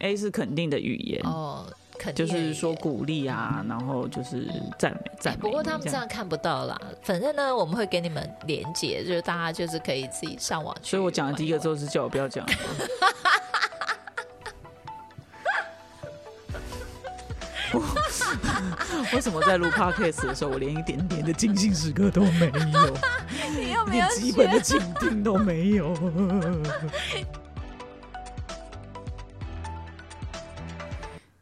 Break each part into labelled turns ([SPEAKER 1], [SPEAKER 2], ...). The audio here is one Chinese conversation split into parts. [SPEAKER 1] A 是肯定的语言，
[SPEAKER 2] 哦，肯定
[SPEAKER 1] 就
[SPEAKER 2] 的语
[SPEAKER 1] 是
[SPEAKER 2] 言哎
[SPEAKER 1] 说鼓励啊，然后就是赞美赞美你。
[SPEAKER 2] 不过他们这
[SPEAKER 1] 这样
[SPEAKER 2] 样看不到啦，反正呢，我们会给你们连接，就是大家就是可以自己上网去玩玩。哦
[SPEAKER 1] 所以我讲的第一个之后是叫我不要讲。 我为什么在录 podcast 的时候，我连一点点的精心时刻都 没有，
[SPEAKER 2] 你有没有
[SPEAKER 1] 连基本的
[SPEAKER 2] 学？
[SPEAKER 1] 倾听都没有？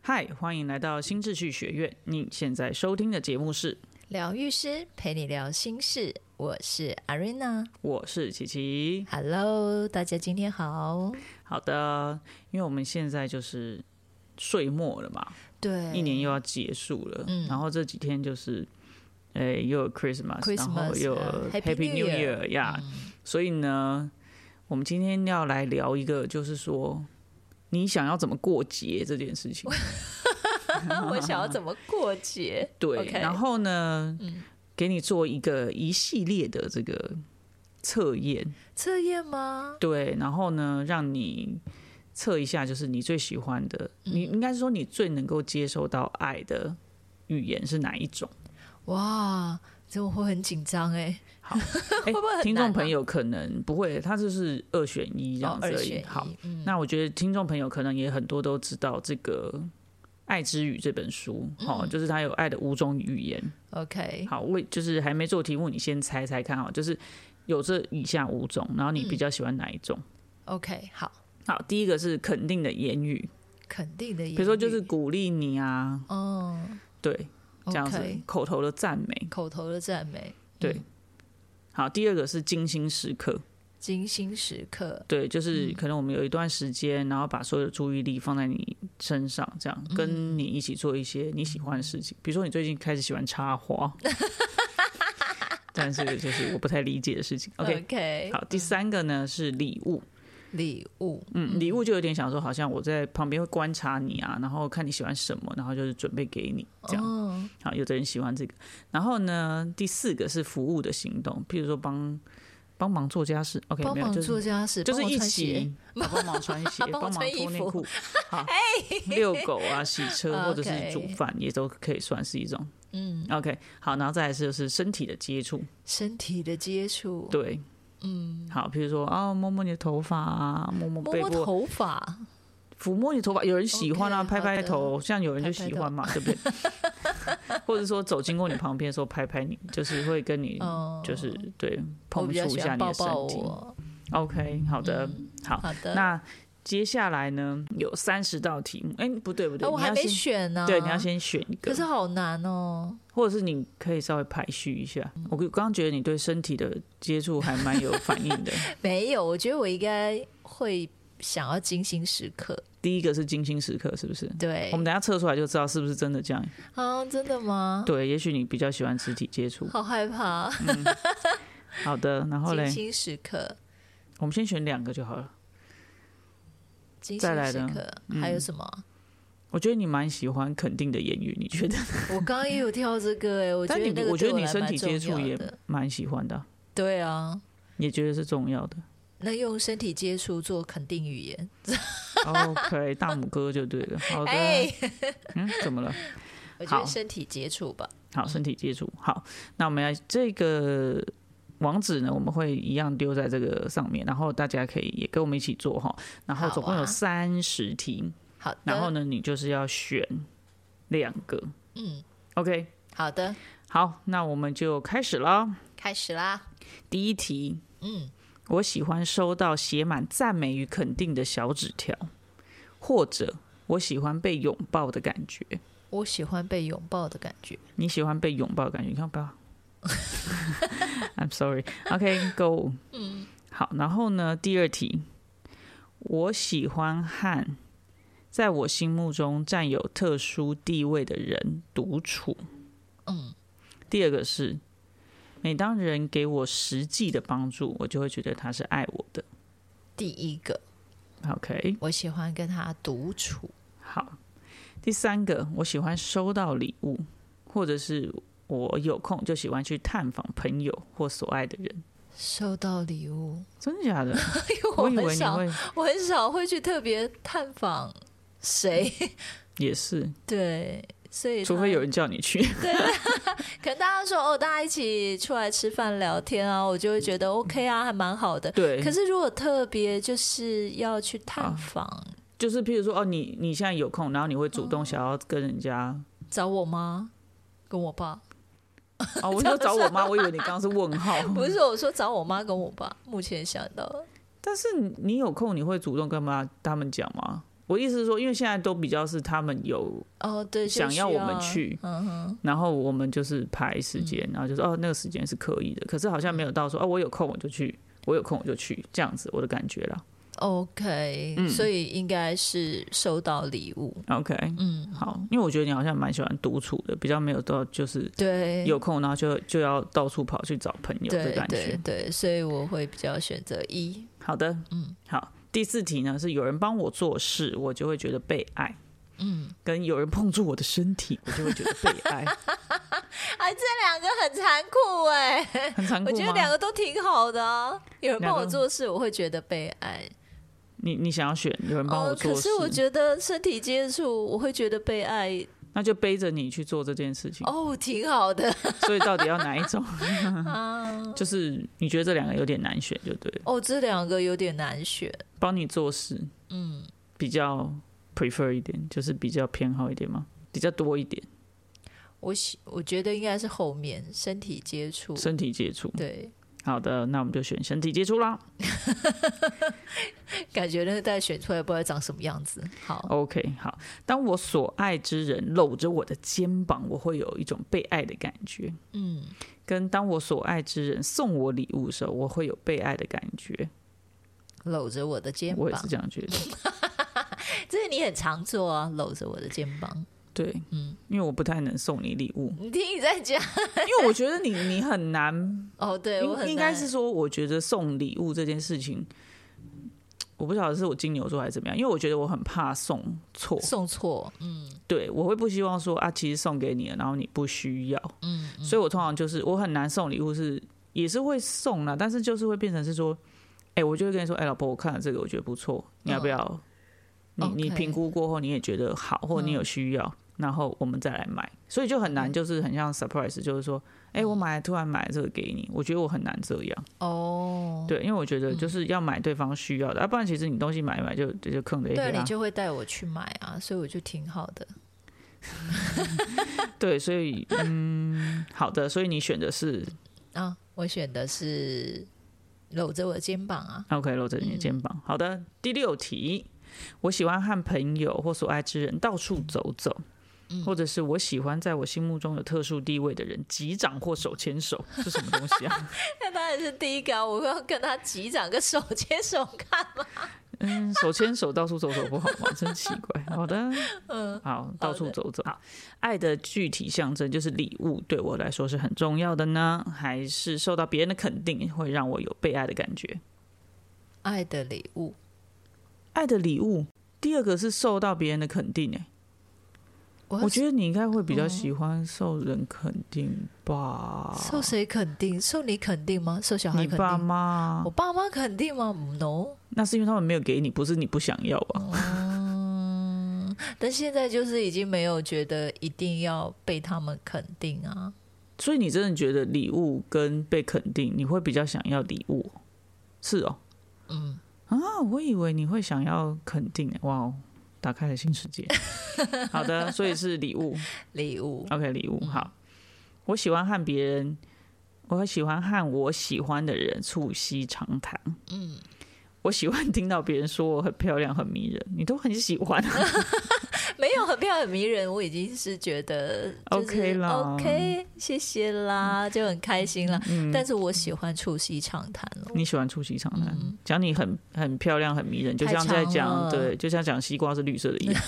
[SPEAKER 1] 嗨，欢迎来到新秩序学院。你现在收听的节目是，
[SPEAKER 2] 疗愈师陪你聊心事，我是 Arena。
[SPEAKER 1] 我是琪琪，
[SPEAKER 2] Hello，大家今天好。
[SPEAKER 1] 好的，因为我们现在就是岁末了嘛，
[SPEAKER 2] 对，
[SPEAKER 1] 一年又要结束了，
[SPEAKER 2] 嗯
[SPEAKER 1] 然后这几天就是，诶、又有 Christmas，,
[SPEAKER 2] Christmas，
[SPEAKER 1] 然后又有
[SPEAKER 2] 嗯，Happy
[SPEAKER 1] Happy
[SPEAKER 2] New
[SPEAKER 1] New
[SPEAKER 2] 嗯
[SPEAKER 1] Year 呀、所以呢，我们今天要来聊一个，就是说你想要怎么过节这件事 情。
[SPEAKER 2] 我想要怎么过节？
[SPEAKER 1] 对
[SPEAKER 2] OK 嗯
[SPEAKER 1] 然后呢，给你做一个一系列的这个测验，
[SPEAKER 2] 测验吗？
[SPEAKER 1] 对，然后呢，让你测一下，就是你最喜欢的，
[SPEAKER 2] 嗯
[SPEAKER 1] 你应该是说你最能够接受到爱的语言是哪一种？
[SPEAKER 2] 哇，这我会很紧张哎。
[SPEAKER 1] 哎、
[SPEAKER 2] 不会很
[SPEAKER 1] 听
[SPEAKER 2] 难
[SPEAKER 1] 众
[SPEAKER 2] 啊
[SPEAKER 1] 朋友可能不会，它就是二选一这样
[SPEAKER 2] 哦
[SPEAKER 1] 子
[SPEAKER 2] 二
[SPEAKER 1] 而已。
[SPEAKER 2] 选一
[SPEAKER 1] 好，，
[SPEAKER 2] 嗯
[SPEAKER 1] 那我觉得听众朋友可能也很多都知道这个《爱之语》这本书，
[SPEAKER 2] 嗯
[SPEAKER 1] 哦，就是它有爱的五种语言。
[SPEAKER 2] OK，
[SPEAKER 1] 好，为就是还没做题目，你先猜猜看哦，就是有这以下五种，然后你
[SPEAKER 2] 嗯
[SPEAKER 1] 比较喜欢哪一种？
[SPEAKER 2] OK，好，
[SPEAKER 1] 好，第一个是肯定的言语，
[SPEAKER 2] 肯定的。
[SPEAKER 1] 比如说就是，鼓励你啊，
[SPEAKER 2] 嗯，
[SPEAKER 1] 对，这样子
[SPEAKER 2] OK
[SPEAKER 1] 口头的赞美。
[SPEAKER 2] 口头的赞美，
[SPEAKER 1] 对好，第二个是精心时刻，
[SPEAKER 2] 精心时刻，
[SPEAKER 1] 对，就是
[SPEAKER 2] 嗯
[SPEAKER 1] 可能我们有一段时间，然后把所有的注意力放在你身上，这样
[SPEAKER 2] 嗯
[SPEAKER 1] 跟你一起做一些你喜欢的事情。比如说你最近开始喜欢插 花，但是就是我不太理解的事情。OK，
[SPEAKER 2] OK，
[SPEAKER 1] 好，第三个呢是礼物，
[SPEAKER 2] 礼物，
[SPEAKER 1] 嗯，礼物就有点想说，好像我在旁边会观察你啊，然后看你喜欢什么，然后就是准备给你这样。
[SPEAKER 2] 嗯，
[SPEAKER 1] 好，有的人喜欢这个。然后呢，第四个是服务的行动，譬如说帮帮忙做家事，OK，
[SPEAKER 2] 帮
[SPEAKER 1] 没有
[SPEAKER 2] 忙
[SPEAKER 1] 就
[SPEAKER 2] 做
[SPEAKER 1] 是
[SPEAKER 2] 家事，
[SPEAKER 1] 就是
[SPEAKER 2] 帮我
[SPEAKER 1] 一
[SPEAKER 2] 穿鞋
[SPEAKER 1] 起好帮忙穿鞋，
[SPEAKER 2] 帮我
[SPEAKER 1] 帮忙
[SPEAKER 2] 穿衣
[SPEAKER 1] 脱内
[SPEAKER 2] 服 哎
[SPEAKER 1] 裤，好，遛狗啊、洗车或者是
[SPEAKER 2] OK
[SPEAKER 1] 煮饭也都可以算是一种
[SPEAKER 2] 嗯，
[SPEAKER 1] OK。好，然后再来是就是身体的接触，
[SPEAKER 2] 身体的接触，
[SPEAKER 1] 对，
[SPEAKER 2] 嗯，
[SPEAKER 1] 好，譬如说啊、摸摸你的头发啊，摸摸
[SPEAKER 2] 摸
[SPEAKER 1] 背
[SPEAKER 2] 摸
[SPEAKER 1] 部，
[SPEAKER 2] 头发，
[SPEAKER 1] 抚摸你头发，有人喜欢啊，
[SPEAKER 2] OK，
[SPEAKER 1] 拍拍
[SPEAKER 2] 好的
[SPEAKER 1] 头，像有人就
[SPEAKER 2] 拍拍
[SPEAKER 1] 喜欢嘛，对不对？ 或者说走经过你旁边的时候拍拍你，就是会跟你
[SPEAKER 2] 嗯，
[SPEAKER 1] 就是对
[SPEAKER 2] 我
[SPEAKER 1] 碰
[SPEAKER 2] 比较
[SPEAKER 1] 触一
[SPEAKER 2] 喜
[SPEAKER 1] 下
[SPEAKER 2] 欢
[SPEAKER 1] 你
[SPEAKER 2] 抱
[SPEAKER 1] 的
[SPEAKER 2] 抱
[SPEAKER 1] 身体。
[SPEAKER 2] 我，嗯
[SPEAKER 1] OK，好的，好。
[SPEAKER 2] 好的，
[SPEAKER 1] 那接下来呢，有三十道题目。哎、不对不对，
[SPEAKER 2] 啊我
[SPEAKER 1] 你
[SPEAKER 2] 还
[SPEAKER 1] 要
[SPEAKER 2] 没
[SPEAKER 1] 先
[SPEAKER 2] 选呢，
[SPEAKER 1] 对，你要，先选一
[SPEAKER 2] 可
[SPEAKER 1] 个
[SPEAKER 2] 是，好难哦，
[SPEAKER 1] 或者是你可以稍微排序一下。
[SPEAKER 2] 嗯
[SPEAKER 1] 我刚刚觉得你对身体的接触还蛮有反 应的。
[SPEAKER 2] 没有，我觉得我应该会想要精心时刻，
[SPEAKER 1] 第一个是精心时刻，是不是？
[SPEAKER 2] 对
[SPEAKER 1] 我，们等一下测出来就知道是不是真的这样。
[SPEAKER 2] 啊，真的吗？
[SPEAKER 1] 对，也许你比较喜欢肢体接触。
[SPEAKER 2] 好害怕，啊
[SPEAKER 1] 好的，然后嘞
[SPEAKER 2] 精，心时刻，
[SPEAKER 1] 我们先选两个就好了。
[SPEAKER 2] 精
[SPEAKER 1] 再来嗯
[SPEAKER 2] 心时
[SPEAKER 1] 呢
[SPEAKER 2] 刻，还有什么？
[SPEAKER 1] 我觉得你蛮喜欢肯定的言语，你觉得？
[SPEAKER 2] 我刚刚也有跳这个哎、我觉
[SPEAKER 1] 但
[SPEAKER 2] 得
[SPEAKER 1] 你
[SPEAKER 2] 那个
[SPEAKER 1] 我觉得
[SPEAKER 2] 对
[SPEAKER 1] 你
[SPEAKER 2] 来
[SPEAKER 1] 身
[SPEAKER 2] 蛮
[SPEAKER 1] 体接
[SPEAKER 2] 重
[SPEAKER 1] 触
[SPEAKER 2] 要
[SPEAKER 1] 也
[SPEAKER 2] 的
[SPEAKER 1] 蛮喜欢的啊、
[SPEAKER 2] 对啊，
[SPEAKER 1] 也觉得是重要的。
[SPEAKER 2] 那用身体接触做肯定语言，
[SPEAKER 1] OK，大拇哥就对了。好的，
[SPEAKER 2] 哎、
[SPEAKER 1] 嗯，怎么了？
[SPEAKER 2] 我觉
[SPEAKER 1] 好
[SPEAKER 2] 得身体接触吧，
[SPEAKER 1] 好，身体接触。好，那我们要这个网址呢，我们会一样丢在这个上面，然后大家可以也跟我们一起做哈。然后
[SPEAKER 2] 好
[SPEAKER 1] 总共有
[SPEAKER 2] 啊
[SPEAKER 1] 三十题，
[SPEAKER 2] 好的，
[SPEAKER 1] 然后呢，你就是要选两个。
[SPEAKER 2] 嗯，
[SPEAKER 1] OK，
[SPEAKER 2] 好的，
[SPEAKER 1] 好，那我们就开始啦。
[SPEAKER 2] 开始啦，
[SPEAKER 1] 第一题，
[SPEAKER 2] 嗯，
[SPEAKER 1] 我喜欢收到写满赞美与肯定的小纸条，或者我喜欢被拥抱的感觉。
[SPEAKER 2] 我喜欢被拥抱的感觉，
[SPEAKER 1] 你喜欢被拥抱的感觉，你看不要。I'm sorry. OK, go. 嗯，好。然后呢，第二题，我喜欢和在我心目中占有特殊地位的人独处。
[SPEAKER 2] 嗯，
[SPEAKER 1] 第二个是，每当人给我实际的帮助，我就会觉得他是爱我的。
[SPEAKER 2] 第一个，
[SPEAKER 1] OK，
[SPEAKER 2] 我喜欢跟他独处，
[SPEAKER 1] 好。第三个，我喜欢收到礼物，或者是我有空就喜欢去探访朋友或所爱的人。
[SPEAKER 2] 收到礼物，
[SPEAKER 1] 真的假的？
[SPEAKER 2] 因为
[SPEAKER 1] 我以
[SPEAKER 2] 哎很
[SPEAKER 1] 为你
[SPEAKER 2] 少，
[SPEAKER 1] 会
[SPEAKER 2] 我很少会去特别探访谁？
[SPEAKER 1] 也是，
[SPEAKER 2] 对，所以
[SPEAKER 1] 除
[SPEAKER 2] 他
[SPEAKER 1] 非有人叫你去，
[SPEAKER 2] 可能大家说哦，大家一起出来吃饭聊天啊，我就会觉得
[SPEAKER 1] 嗯
[SPEAKER 2] OK 啊，还蛮好的。
[SPEAKER 1] 对。
[SPEAKER 2] 可是如果特别就是要去探
[SPEAKER 1] 啊
[SPEAKER 2] 访，
[SPEAKER 1] 就是譬如说，哦，你你现在有空，然后你会主动想要跟人 家，
[SPEAKER 2] 找我妈，跟我爸，
[SPEAKER 1] 哦，我说找我妈，我以为你刚刚是问号，
[SPEAKER 2] 不是我说找我妈跟我爸，目前想到的
[SPEAKER 1] 但是你你有空，你会主动跟妈他们讲吗？我意思是说，因为现在都比较是他们有，
[SPEAKER 2] 哦，对，就
[SPEAKER 1] 想
[SPEAKER 2] 需
[SPEAKER 1] 要我们去
[SPEAKER 2] 嗯哼，
[SPEAKER 1] 然后我们就是排时间，
[SPEAKER 2] 嗯
[SPEAKER 1] 然后就是哦那个时间是可以的，可是好像没有到说哦我有空我就去，我有空我就去这样子，我的感觉啦。
[SPEAKER 2] OK，、
[SPEAKER 1] 嗯
[SPEAKER 2] 所以应该是收到礼物，
[SPEAKER 1] OK，
[SPEAKER 2] 嗯，
[SPEAKER 1] 好，因为我觉得你好像蛮喜欢独处的，比较没有到就是
[SPEAKER 2] 对，
[SPEAKER 1] 有空然后就就要到处跑去找朋友的
[SPEAKER 2] 对
[SPEAKER 1] 感
[SPEAKER 2] 对
[SPEAKER 1] 觉。
[SPEAKER 2] 对，所以我会比较选择一，
[SPEAKER 1] 好的，
[SPEAKER 2] 嗯
[SPEAKER 1] 好。第四题呢是有人帮我做事，我就会觉得被爱；
[SPEAKER 2] 嗯，
[SPEAKER 1] 跟有人碰触我的身体， 我就会觉得被 爱。
[SPEAKER 2] 哎，这两个很残酷哎、
[SPEAKER 1] 很残酷
[SPEAKER 2] 我
[SPEAKER 1] 吗？
[SPEAKER 2] 觉得两个都挺好的啊。有人帮
[SPEAKER 1] 两
[SPEAKER 2] 我
[SPEAKER 1] 个
[SPEAKER 2] 做事，我会觉得被爱。哦
[SPEAKER 1] 你你想要选有人帮我做
[SPEAKER 2] 呃可
[SPEAKER 1] 事，
[SPEAKER 2] 是我觉得身体接触，我会觉得被爱。
[SPEAKER 1] 那就背着你去做这件事情。
[SPEAKER 2] 哦，挺好的
[SPEAKER 1] 所以到底要哪一 种？
[SPEAKER 2] 啊。
[SPEAKER 1] 就是你觉得这两个有点难选，就对了。
[SPEAKER 2] 哦，这两个有点难选。
[SPEAKER 1] 帮你做事
[SPEAKER 2] 嗯，
[SPEAKER 1] 比较 prefer 一点，就是比较偏好一点嘛，比较多一点
[SPEAKER 2] 我喜我觉得应该是后面身体接触。
[SPEAKER 1] 身体接触。
[SPEAKER 2] 对，
[SPEAKER 1] 好的，那我们就选身体接触啦。
[SPEAKER 2] 感觉那个再选出来不知道长什么样子。好，
[SPEAKER 1] OK，好。当我所爱之人搂着我的肩膀，我会有一种被爱的感觉；
[SPEAKER 2] 嗯，
[SPEAKER 1] 跟当我所爱之人送我礼物的时候，我会有被爱的感觉。
[SPEAKER 2] 搂着我的肩
[SPEAKER 1] 我也是
[SPEAKER 2] 膀，
[SPEAKER 1] 这样觉 得。
[SPEAKER 2] 这你很常做啊，搂着我的肩膀。
[SPEAKER 1] 对，
[SPEAKER 2] 嗯，
[SPEAKER 1] 嗯，因为我不太能送你礼物
[SPEAKER 2] 你听你在讲
[SPEAKER 1] 因为我觉得你你很难，
[SPEAKER 2] 哦，对我很
[SPEAKER 1] 应应该
[SPEAKER 2] 难
[SPEAKER 1] 是说，我觉得送礼物这件事情，我不晓得是我金牛座还是怎么样，因为我觉得我很怕送错，
[SPEAKER 2] 送错，
[SPEAKER 1] 对我会不希望说啊，其实送给你了，然后你不需要，
[SPEAKER 2] 嗯，
[SPEAKER 1] 所以我通常就是我很难送礼物是，也是会送啦，但是就是会变成是说，哎、我就会跟你说，哎、老婆，我看了这个，我觉得不错，你要不要？你你
[SPEAKER 2] 嗯 OK 嗯
[SPEAKER 1] 评估过后，你也觉得好，或者你有需要，然后我们再来买，所以就很难，就是很像 surprise，就是说，哎、
[SPEAKER 2] 嗯
[SPEAKER 1] 我买突然买这个给你，我觉得我很难这样，
[SPEAKER 2] 哦，
[SPEAKER 1] 对，因为我觉得就是要买对方需要的，要、啊不然其实你东西买一买就就就坑的一
[SPEAKER 2] 对啊，
[SPEAKER 1] 啊
[SPEAKER 2] 你就会带我去买啊，所以我就挺好的。
[SPEAKER 1] 对，所以嗯，好的，所以你选的是
[SPEAKER 2] 啊，我选的是搂着我的肩膀 啊，
[SPEAKER 1] OK，搂着你的肩膀。好的，第六题，我喜欢和朋友或所爱之人到处走走，
[SPEAKER 2] 嗯
[SPEAKER 1] 或者是我喜欢在我心目中有特殊地位的人击掌或手牵手，是什么东西啊？
[SPEAKER 2] 那当然是第一个、啊，我要跟他击掌跟手 牵手看嘛。
[SPEAKER 1] 嗯，手牵手到处走走不好吗？真奇怪。好的，
[SPEAKER 2] 嗯，
[SPEAKER 1] 好，到处走走。好，爱的具体象征就是礼物，对我来说是很重要的呢，还是受到别人的肯定会让我有被爱的感觉？
[SPEAKER 2] 爱的礼物，
[SPEAKER 1] 爱的礼物，第二个是受到别人的肯定、欸，
[SPEAKER 2] 我
[SPEAKER 1] 我觉得你应该会比较喜欢受人肯定吧？
[SPEAKER 2] 受谁肯定？受你肯定吗？受小孩
[SPEAKER 1] 你
[SPEAKER 2] 肯
[SPEAKER 1] 爸
[SPEAKER 2] 定？
[SPEAKER 1] 妈
[SPEAKER 2] 我，爸妈肯定吗嗯？No。
[SPEAKER 1] 那是因为他们没有给你，不是你不想要吧？
[SPEAKER 2] 嗯，但现在就是已经没有觉得一定要被他们肯定啊。
[SPEAKER 1] 所以你真的觉得礼物跟被肯定，你会比较想要礼物？是哦，
[SPEAKER 2] 嗯，
[SPEAKER 1] 啊，我以为你会想要肯定欸，哇哦，打开了新世 界。好的，所以是礼物
[SPEAKER 2] 礼物，
[SPEAKER 1] ，OK，礼
[SPEAKER 2] 嗯
[SPEAKER 1] 物好。我喜欢和别人，我喜欢和我喜欢的人促膝长谈。
[SPEAKER 2] 嗯，
[SPEAKER 1] 我喜欢听到别人说我很漂亮、很迷人，你都很喜欢、啊
[SPEAKER 2] 没有很漂亮很迷人，我已经是觉得就是
[SPEAKER 1] OK 啦嗯
[SPEAKER 2] OK，谢谢啦，就很开心啦。但是我喜欢促膝长谈哦，
[SPEAKER 1] 你喜欢出席长谈，讲你很很漂亮、很迷人，就像在
[SPEAKER 2] 嗯太长了
[SPEAKER 1] 讲对，就像讲西瓜是绿色的 一样。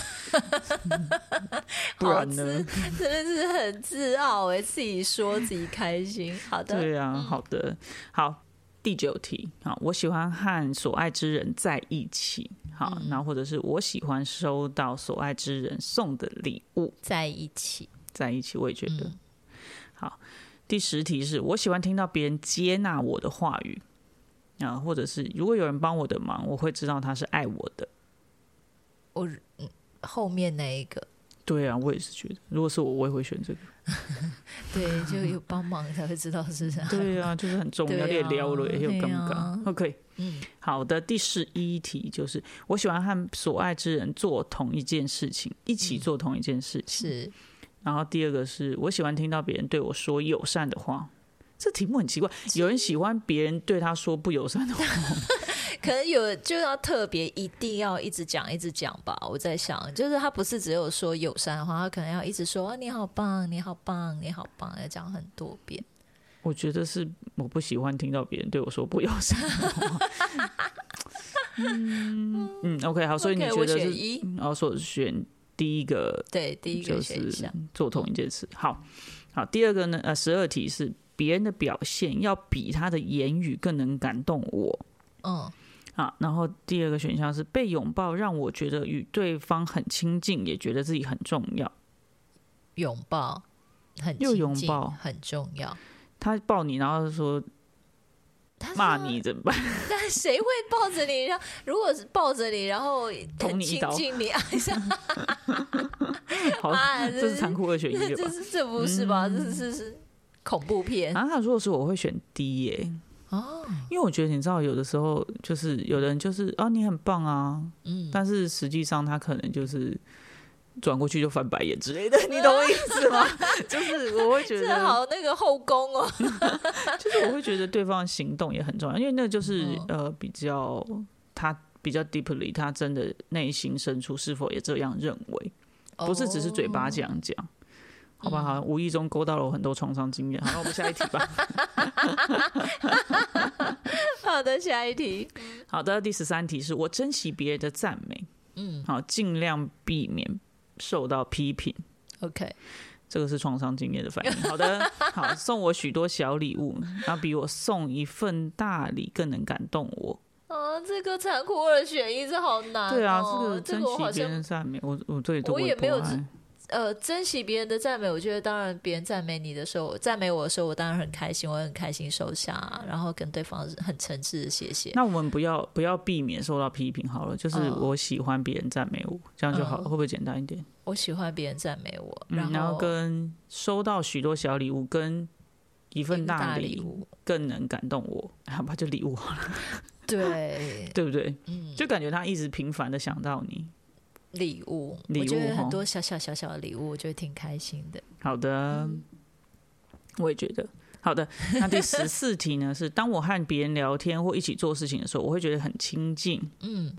[SPEAKER 1] 不
[SPEAKER 2] 好
[SPEAKER 1] 然
[SPEAKER 2] 自
[SPEAKER 1] 呢？
[SPEAKER 2] 真的是很自傲哎，自己说自己开心。好的，
[SPEAKER 1] 对啊，好的，好。第九题，好，我喜欢和所爱之人在一起，好，
[SPEAKER 2] 嗯
[SPEAKER 1] 然后或者是我喜欢收到所爱之人送的礼物，
[SPEAKER 2] 在一起，
[SPEAKER 1] 在一起，我也觉得、
[SPEAKER 2] 嗯
[SPEAKER 1] 好。第十题是我喜欢听到别人接纳我的话语啊，或者是如果有人帮我的忙，我会知道他是爱我的。
[SPEAKER 2] 我后面那一个，
[SPEAKER 1] 对啊，我也是觉得，如果是我，我也会选这 个。
[SPEAKER 2] 对，就有帮忙才会知道是啥。
[SPEAKER 1] 对啊，就是很重
[SPEAKER 2] 对
[SPEAKER 1] 要，
[SPEAKER 2] 啊
[SPEAKER 1] 也撩了，也有尴
[SPEAKER 2] 对
[SPEAKER 1] 尬。
[SPEAKER 2] 啊
[SPEAKER 1] OK，
[SPEAKER 2] 嗯，
[SPEAKER 1] 好的，第十一题就是我喜欢和所爱之人做同一件事情，一起做同一件事情。
[SPEAKER 2] 嗯是
[SPEAKER 1] 然后第二个是我喜欢听到别人对我说友善的话。这题目很奇怪，有人喜欢别人对他说不友 善的话，
[SPEAKER 2] 可能有就要特别一定要一直讲一直讲吧。我在想，就是他不是只有说友善的话，他可能要一直说、啊、你好棒，你好棒，你好棒，要讲很多遍。
[SPEAKER 1] 我觉得是我不喜欢听到别人对我说不友善的话。 嗯嗯，OK，好，所以你
[SPEAKER 2] OK，
[SPEAKER 1] 觉
[SPEAKER 2] 我
[SPEAKER 1] 得
[SPEAKER 2] 选
[SPEAKER 1] 是嗯
[SPEAKER 2] 一？
[SPEAKER 1] 然后说选第一个
[SPEAKER 2] 对，第一
[SPEAKER 1] 就
[SPEAKER 2] 个选
[SPEAKER 1] 是
[SPEAKER 2] 项。
[SPEAKER 1] 做同一件事。好，好，第二个呢？呃，十二题是别人的表现要比他的言语更能感动我
[SPEAKER 2] 嗯，
[SPEAKER 1] 啊。然后第二个选项是被拥抱，让我觉得与对方很亲近，也觉得自己很重要。
[SPEAKER 2] 拥抱很
[SPEAKER 1] 又
[SPEAKER 2] 亲
[SPEAKER 1] 拥
[SPEAKER 2] 近
[SPEAKER 1] 抱
[SPEAKER 2] 很重要。
[SPEAKER 1] 他抱你，然后说
[SPEAKER 2] 他是
[SPEAKER 1] 骂
[SPEAKER 2] 要
[SPEAKER 1] 你怎么办？
[SPEAKER 2] 但谁会抱着你？然后如果是抱着你，然后
[SPEAKER 1] 捅
[SPEAKER 2] 很
[SPEAKER 1] 你一
[SPEAKER 2] 亲
[SPEAKER 1] 刀
[SPEAKER 2] 近你，爱上，
[SPEAKER 1] 好，
[SPEAKER 2] 啊
[SPEAKER 1] 这
[SPEAKER 2] 这
[SPEAKER 1] 是
[SPEAKER 2] 是
[SPEAKER 1] 残酷二选一
[SPEAKER 2] 这
[SPEAKER 1] 了吧？
[SPEAKER 2] 是这不是吧？这是是恐怖片
[SPEAKER 1] 啊，如果是我会选 D 耶、
[SPEAKER 2] 哦，
[SPEAKER 1] 因为我觉得你知道，有的时候就是有的人就是啊，你很棒啊，
[SPEAKER 2] 嗯，
[SPEAKER 1] 但是实际上他可能就是转过去就翻白眼之 类的，你懂我意思吗？ 就是我会觉
[SPEAKER 2] 这
[SPEAKER 1] 得，
[SPEAKER 2] 好那个后宫哦，
[SPEAKER 1] 就是我会觉得对方的行动也很重要，因为那就是、
[SPEAKER 2] 嗯
[SPEAKER 1] 呃比较他比较 deeply，他真的内心深处是否也这样认为，
[SPEAKER 2] 哦
[SPEAKER 1] 不是只是嘴巴这样讲。好
[SPEAKER 2] 嗯
[SPEAKER 1] 吧，好，无意中勾到了我很多创伤经验。好，那我们下一题吧。
[SPEAKER 2] 哦。好的，下一题，
[SPEAKER 1] 好的，第十三题是我珍惜别人的赞美，
[SPEAKER 2] 嗯
[SPEAKER 1] 好，尽量避免受到批评。
[SPEAKER 2] ，OK，
[SPEAKER 1] 这个是创伤经验的反 应。好的，好，送我许多小礼物，然后比我送一份大礼更能感动我。
[SPEAKER 2] 啊，这个残酷二选一，这好难、哦。
[SPEAKER 1] 对啊，这个
[SPEAKER 2] 这
[SPEAKER 1] 珍
[SPEAKER 2] 个我好
[SPEAKER 1] 惜别
[SPEAKER 2] 像
[SPEAKER 1] 人赞美，我我这里都
[SPEAKER 2] 我也
[SPEAKER 1] 不
[SPEAKER 2] 没有
[SPEAKER 1] 爱
[SPEAKER 2] 呃，珍惜别人的赞美，我觉得当然，别人赞美你的时候，赞美我的时候，我当然很开心，我很开心收下，然后跟对方很诚挚的谢谢。
[SPEAKER 1] 那我们不要不要避免受到批评好了，就是
[SPEAKER 2] 嗯
[SPEAKER 1] 我喜欢别人赞美我，这样就好了，
[SPEAKER 2] 嗯
[SPEAKER 1] 会不会简单一点？
[SPEAKER 2] 我喜欢别人赞美我，
[SPEAKER 1] 嗯，然后跟收到许多小礼物跟一
[SPEAKER 2] 一份
[SPEAKER 1] 份大
[SPEAKER 2] 礼
[SPEAKER 1] 礼
[SPEAKER 2] 物，
[SPEAKER 1] 更能感动我，好吧，就礼物好了，
[SPEAKER 2] 对，
[SPEAKER 1] 对不对？
[SPEAKER 2] 嗯，
[SPEAKER 1] 就感觉他一直频繁的想到你。
[SPEAKER 2] 礼物，
[SPEAKER 1] 礼物
[SPEAKER 2] 我觉得
[SPEAKER 1] 哈
[SPEAKER 2] 很多小小小小的礼物，我觉得挺开心的。
[SPEAKER 1] 好的，
[SPEAKER 2] 嗯
[SPEAKER 1] 我也觉得。好的，那第十四题呢？是当我和别人聊天或一起做事情的时候，我会觉得很亲近。
[SPEAKER 2] 嗯，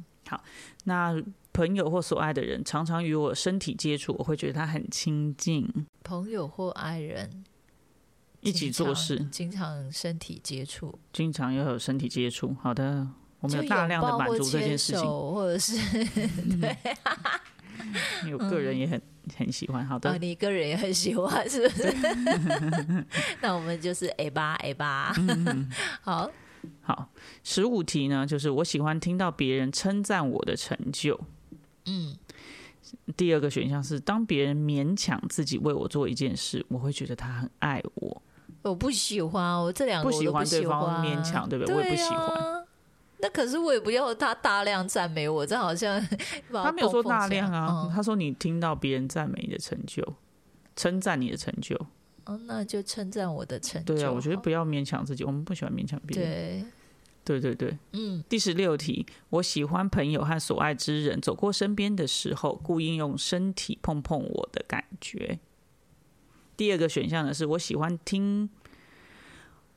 [SPEAKER 1] 那朋友或所爱的人常常与我身体接触，我会觉得他很亲近。
[SPEAKER 2] 朋友或爱人
[SPEAKER 1] 一起做事，
[SPEAKER 2] 经常经常身体接触，
[SPEAKER 1] 经常要有身体接触。好的，我们
[SPEAKER 2] 就
[SPEAKER 1] 有大量的
[SPEAKER 2] 拥抱
[SPEAKER 1] 满
[SPEAKER 2] 或
[SPEAKER 1] 足这件
[SPEAKER 2] 牵
[SPEAKER 1] 事情，
[SPEAKER 2] 手，或者是
[SPEAKER 1] 因为我个
[SPEAKER 2] 嗯
[SPEAKER 1] 人也很很喜欢。好
[SPEAKER 2] 啊，
[SPEAKER 1] 的，
[SPEAKER 2] 你个人也很喜欢，是不 是？那我们就是 A 八 A 八，
[SPEAKER 1] 嗯
[SPEAKER 2] 好，
[SPEAKER 1] 好，十五题呢，就是我喜欢听到别人称赞我的成就。
[SPEAKER 2] 嗯，
[SPEAKER 1] 第二个选项是，当别人勉强自己为我做一件事，我会觉得他很爱我，
[SPEAKER 2] 我不喜欢，我这两个
[SPEAKER 1] 不
[SPEAKER 2] 嗯我
[SPEAKER 1] 喜
[SPEAKER 2] 都
[SPEAKER 1] 欢
[SPEAKER 2] 不
[SPEAKER 1] 对
[SPEAKER 2] 喜欢，
[SPEAKER 1] 方勉强，对不对？我也不喜欢。
[SPEAKER 2] 啊。那可是我也不要他大量赞美我，这 好像把
[SPEAKER 1] 他没有说大量
[SPEAKER 2] 供
[SPEAKER 1] 啊
[SPEAKER 2] 奉，起来哦嗯
[SPEAKER 1] 他说你听到别人赞美你的成就，称赞你的成就。
[SPEAKER 2] 嗯哦那就称赞我的成就。哦
[SPEAKER 1] 对啊，我觉得不要勉强自己，我们不喜欢勉强别人。
[SPEAKER 2] 对，
[SPEAKER 1] 对对对。
[SPEAKER 2] 嗯，
[SPEAKER 1] 第十六题，我喜欢朋友和所爱之人走过身边的时候，故意用身体碰碰我的感觉。第二个选项呢，是我喜欢听，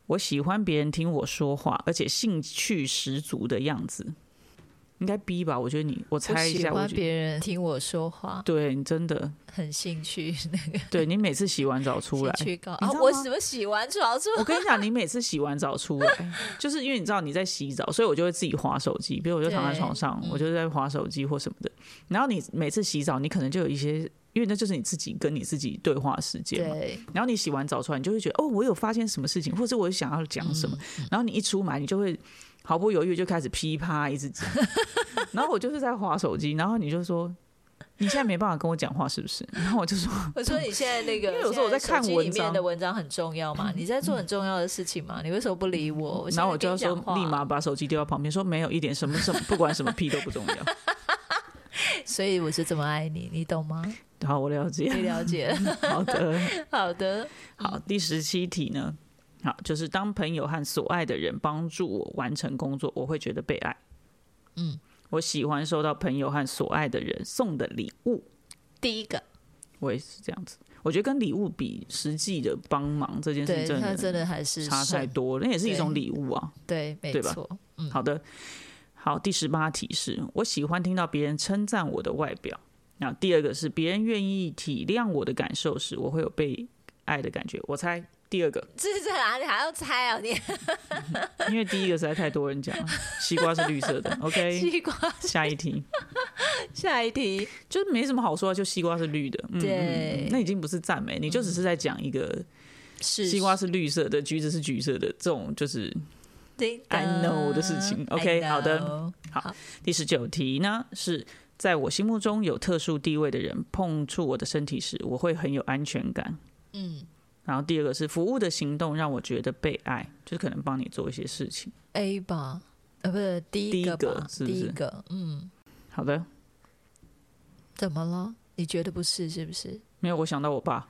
[SPEAKER 1] 我喜欢别人听我说话，而且兴趣十足的样子。应该 B 吧？我觉得你，我
[SPEAKER 2] 我
[SPEAKER 1] 猜一
[SPEAKER 2] 喜
[SPEAKER 1] 下，我
[SPEAKER 2] 欢
[SPEAKER 1] 觉得
[SPEAKER 2] 别人听我说话，
[SPEAKER 1] 对你真的，
[SPEAKER 2] 很兴 趣，那个
[SPEAKER 1] 对你每次洗完澡出
[SPEAKER 2] 兴
[SPEAKER 1] 来，
[SPEAKER 2] 趣高
[SPEAKER 1] 你
[SPEAKER 2] 啊
[SPEAKER 1] 知道！吗
[SPEAKER 2] 我怎么洗完澡之
[SPEAKER 1] 我
[SPEAKER 2] 后，
[SPEAKER 1] 跟你讲，你每次洗完澡出来，就是因为你知道你在洗澡，所以我就会自己划手机。比如我就躺在床上
[SPEAKER 2] 对，嗯
[SPEAKER 1] 我就在划手机或什么的。然后你每次洗澡，你可能就有一些，因为那就是你自己跟你自己对话时间嘛。
[SPEAKER 2] 对，
[SPEAKER 1] 然后你洗完澡出来，你就会觉得哦，我有发现什么事情，或者我想要讲什么。
[SPEAKER 2] 嗯
[SPEAKER 1] 然后你一出门，你就会毫不犹豫就开始噼啪一直讲。然后我就是在划手机，然后你就说。你现在没办法跟我讲话，是不是？然后我就说，
[SPEAKER 2] 我说你现在那个，
[SPEAKER 1] 因为有时候我在看
[SPEAKER 2] 现手机
[SPEAKER 1] 文章
[SPEAKER 2] 里面的文章很重要嘛，你在做很重要的事情嘛，你为什么不理我？
[SPEAKER 1] 然后我就
[SPEAKER 2] 现
[SPEAKER 1] 要说
[SPEAKER 2] 在跟你讲话，
[SPEAKER 1] 立马把手机丢到旁边，说没有一点什么什么，不管什么屁都不重要。
[SPEAKER 2] 所以我是怎么爱你，你 懂吗？
[SPEAKER 1] 好，我了解。
[SPEAKER 2] 你了解了。
[SPEAKER 1] 好的，
[SPEAKER 2] 好的，
[SPEAKER 1] 好，第十七题呢？好，就是当朋友和所爱的人帮助我完成工作，我会觉得被爱。
[SPEAKER 2] 嗯，
[SPEAKER 1] 我喜欢收到朋友和所爱的人送的礼物，
[SPEAKER 2] 第一个，
[SPEAKER 1] 我也是这样子。我觉得跟礼物比实际的帮忙这件事
[SPEAKER 2] 对
[SPEAKER 1] 情真
[SPEAKER 2] 他
[SPEAKER 1] 的
[SPEAKER 2] 真的还是
[SPEAKER 1] 差太
[SPEAKER 2] 善，
[SPEAKER 1] 多了，那也是一种
[SPEAKER 2] 对
[SPEAKER 1] 礼物啊。
[SPEAKER 2] 对，没
[SPEAKER 1] 对吧
[SPEAKER 2] 错，嗯，
[SPEAKER 1] 好的，好，第十八题是我喜欢听到别人称赞我的外表。那第二个是别人愿意体谅我的感受时，我会有被爱的感觉。我猜第二个，
[SPEAKER 2] 这是在哪里还要猜啊？你
[SPEAKER 1] 因为第一个实在太多人讲了。西瓜是绿色的 ，OK。
[SPEAKER 2] 西瓜，
[SPEAKER 1] 下一题
[SPEAKER 2] 下一题，
[SPEAKER 1] 就是没什么好说，啊就西瓜是绿的。嗯，嗯
[SPEAKER 2] 对嗯
[SPEAKER 1] 嗯那已经不是赞美，你就只是在讲一个
[SPEAKER 2] 是
[SPEAKER 1] 西瓜是绿色的，橘子是橘色的这种就是
[SPEAKER 2] 叮
[SPEAKER 1] I know 的事情
[SPEAKER 2] 当
[SPEAKER 1] OK，
[SPEAKER 2] I
[SPEAKER 1] 好的
[SPEAKER 2] know
[SPEAKER 1] 第十九题呢，是在我心目中有特殊地位的人碰触我的身体时，我会很有安全感。
[SPEAKER 2] 嗯，
[SPEAKER 1] 然后第二个是服务的行动让我觉得被爱，就是可能帮你做一些事情。
[SPEAKER 2] A 吧，呃，不是第
[SPEAKER 1] 第一
[SPEAKER 2] 一个
[SPEAKER 1] 个
[SPEAKER 2] 吧，
[SPEAKER 1] 是不是
[SPEAKER 2] 第一个，嗯，
[SPEAKER 1] 好的，
[SPEAKER 2] 怎么了？你觉得不是是 不是？
[SPEAKER 1] 没有我想到我爸，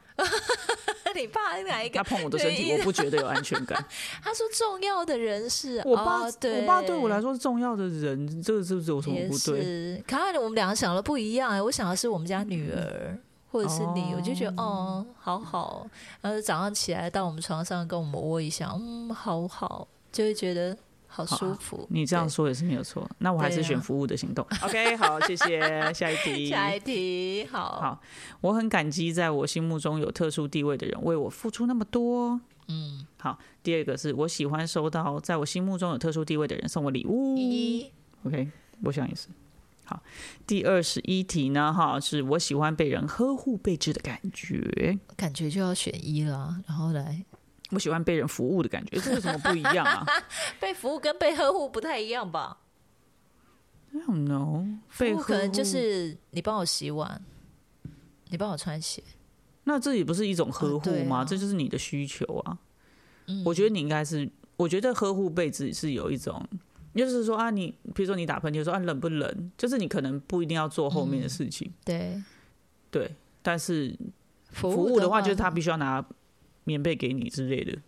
[SPEAKER 2] 你爸哪一
[SPEAKER 1] 他
[SPEAKER 2] 个？
[SPEAKER 1] 碰我的身体，
[SPEAKER 2] 对
[SPEAKER 1] 我不觉得有安全 感。
[SPEAKER 2] 他说重要的人是，
[SPEAKER 1] 我爸，
[SPEAKER 2] 哦对
[SPEAKER 1] 我爸对我来说是重要的人，这个是不是有嗯什么
[SPEAKER 2] 也
[SPEAKER 1] 不对？
[SPEAKER 2] 是，可看我们两个想的不一样哎、我想的是我们家女儿。或者是你，
[SPEAKER 1] 哦
[SPEAKER 2] 我就觉得哦，好好。然后早上起来到我们床上跟我们窝一下，嗯，好好，就会觉得好
[SPEAKER 1] 好啊
[SPEAKER 2] 舒服。
[SPEAKER 1] 你这样说也是没有错，那我还是
[SPEAKER 2] 对啊
[SPEAKER 1] 选服务的行 动。OK，好，谢谢，下一
[SPEAKER 2] 对
[SPEAKER 1] 题。
[SPEAKER 2] 下一题，好，
[SPEAKER 1] 好我很感激在我心目中有特殊地位的人为我付出那么多。
[SPEAKER 2] 嗯，
[SPEAKER 1] 好，第二个是我喜欢收到在我心目中有特殊地位的人送我礼物。
[SPEAKER 2] 一
[SPEAKER 1] OK，我想也是。好，第二十一题呢，哈，是我喜欢被人呵护备至的感觉，
[SPEAKER 2] 感觉就要选一了，然后来
[SPEAKER 1] 我喜欢被人服务的感觉，这有什么不一样啊
[SPEAKER 2] 被服务跟被呵护不太一样吧？
[SPEAKER 1] ？I don't know，被
[SPEAKER 2] 服务
[SPEAKER 1] 呵
[SPEAKER 2] 可能就
[SPEAKER 1] 护
[SPEAKER 2] 是你帮我洗碗，你帮我穿鞋，
[SPEAKER 1] 那这也不是一种呵
[SPEAKER 2] 哦
[SPEAKER 1] 护
[SPEAKER 2] 对啊
[SPEAKER 1] 吗？这就是你的需求啊。
[SPEAKER 2] 嗯
[SPEAKER 1] 我觉得你应该是，我觉得呵护被子是有一种，就是说啊，你比如说你打喷嚏说啊冷不冷，就是你可能不一定要做后面的
[SPEAKER 2] 嗯
[SPEAKER 1] 事情，
[SPEAKER 2] 对，
[SPEAKER 1] 对。但是
[SPEAKER 2] 服
[SPEAKER 1] 服务的
[SPEAKER 2] 话
[SPEAKER 1] 话，就是他必须要拿棉被给你之类的，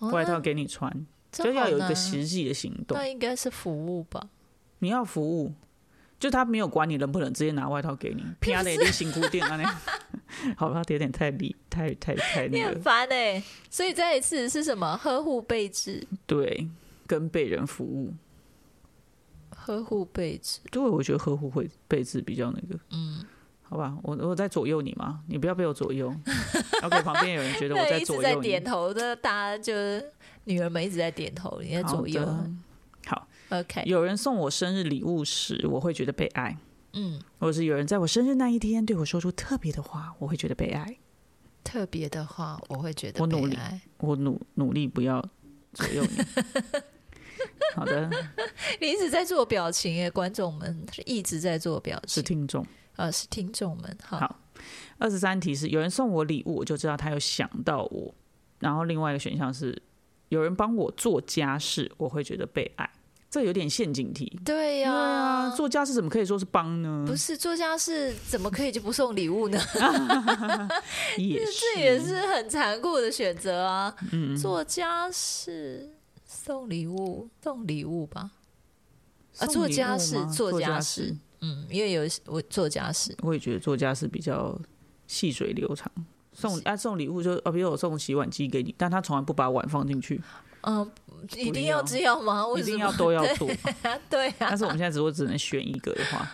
[SPEAKER 2] 哦
[SPEAKER 1] 外
[SPEAKER 2] 那
[SPEAKER 1] 套给你穿，
[SPEAKER 2] 这
[SPEAKER 1] 就要
[SPEAKER 2] 好
[SPEAKER 1] 有一个
[SPEAKER 2] 难啊
[SPEAKER 1] 实际的行动
[SPEAKER 2] 那。应该是服务吧？
[SPEAKER 1] 你要服务，就他没有管你冷不冷，直接拿外套给 你，啪的一定辛苦点啊！那 好吧，有点太离太太太
[SPEAKER 2] 你
[SPEAKER 1] 那个
[SPEAKER 2] 很，烦哎、所以这一次是什么？呵护备至，
[SPEAKER 1] 对，跟被人服务。
[SPEAKER 2] 呵护备至。
[SPEAKER 1] 对，我觉得呵护会配置比较那个，嗯，好吧，我我在左右你嘛，你不要被我左 右。OK，旁边有人觉得我
[SPEAKER 2] 对，
[SPEAKER 1] 在
[SPEAKER 2] 一直
[SPEAKER 1] 左
[SPEAKER 2] 在
[SPEAKER 1] 右
[SPEAKER 2] 点
[SPEAKER 1] 你，
[SPEAKER 2] 头的，大家就是女儿们一直在点头，你在
[SPEAKER 1] 好
[SPEAKER 2] 左右。哎
[SPEAKER 1] 的。好，
[SPEAKER 2] OK，
[SPEAKER 1] 有人送我生日礼物时，我会觉得被爱；
[SPEAKER 2] 嗯，
[SPEAKER 1] 或是有人在我生日那一天对我说出特别的话，我会觉得被爱。
[SPEAKER 2] 特别的话，我会觉得
[SPEAKER 1] 我努
[SPEAKER 2] 悲
[SPEAKER 1] 力
[SPEAKER 2] 哀。
[SPEAKER 1] 我努努力不要左右 你。好的，
[SPEAKER 2] 你一直在做表情哎、观众们一直在做表
[SPEAKER 1] 是
[SPEAKER 2] 情，
[SPEAKER 1] 听众。
[SPEAKER 2] 呃，是听众们。好，
[SPEAKER 1] 好二十三题是有人送我礼物，我就知道他有想到我。然后另外一个选项是有人帮我做家事，我会觉得被爱。这有点陷阱题。
[SPEAKER 2] 对
[SPEAKER 1] 对
[SPEAKER 2] 呀、
[SPEAKER 1] 啊，做家事怎么可以说是帮呢？
[SPEAKER 2] 不是作家是怎么可以就不送礼物呢？
[SPEAKER 1] 也是，嗯
[SPEAKER 2] 这也是很残酷的选择啊。做家事、送礼物、送礼物吧。啊，
[SPEAKER 1] 送礼物吗
[SPEAKER 2] 做家事，
[SPEAKER 1] 做
[SPEAKER 2] 家
[SPEAKER 1] 事
[SPEAKER 2] 事，，嗯，因为有我做家事，
[SPEAKER 1] 我也觉得做家事比较细水流长。送啊送礼物就啊，比如我送洗碗机给你，但他从来不把碗放进去，
[SPEAKER 2] 嗯，一定
[SPEAKER 1] 要
[SPEAKER 2] 要这样吗？为
[SPEAKER 1] 一
[SPEAKER 2] 什
[SPEAKER 1] 定
[SPEAKER 2] 么
[SPEAKER 1] 要都要做。
[SPEAKER 2] 啊？ 对啊
[SPEAKER 1] 但，是我们现在如果只能选一个的话，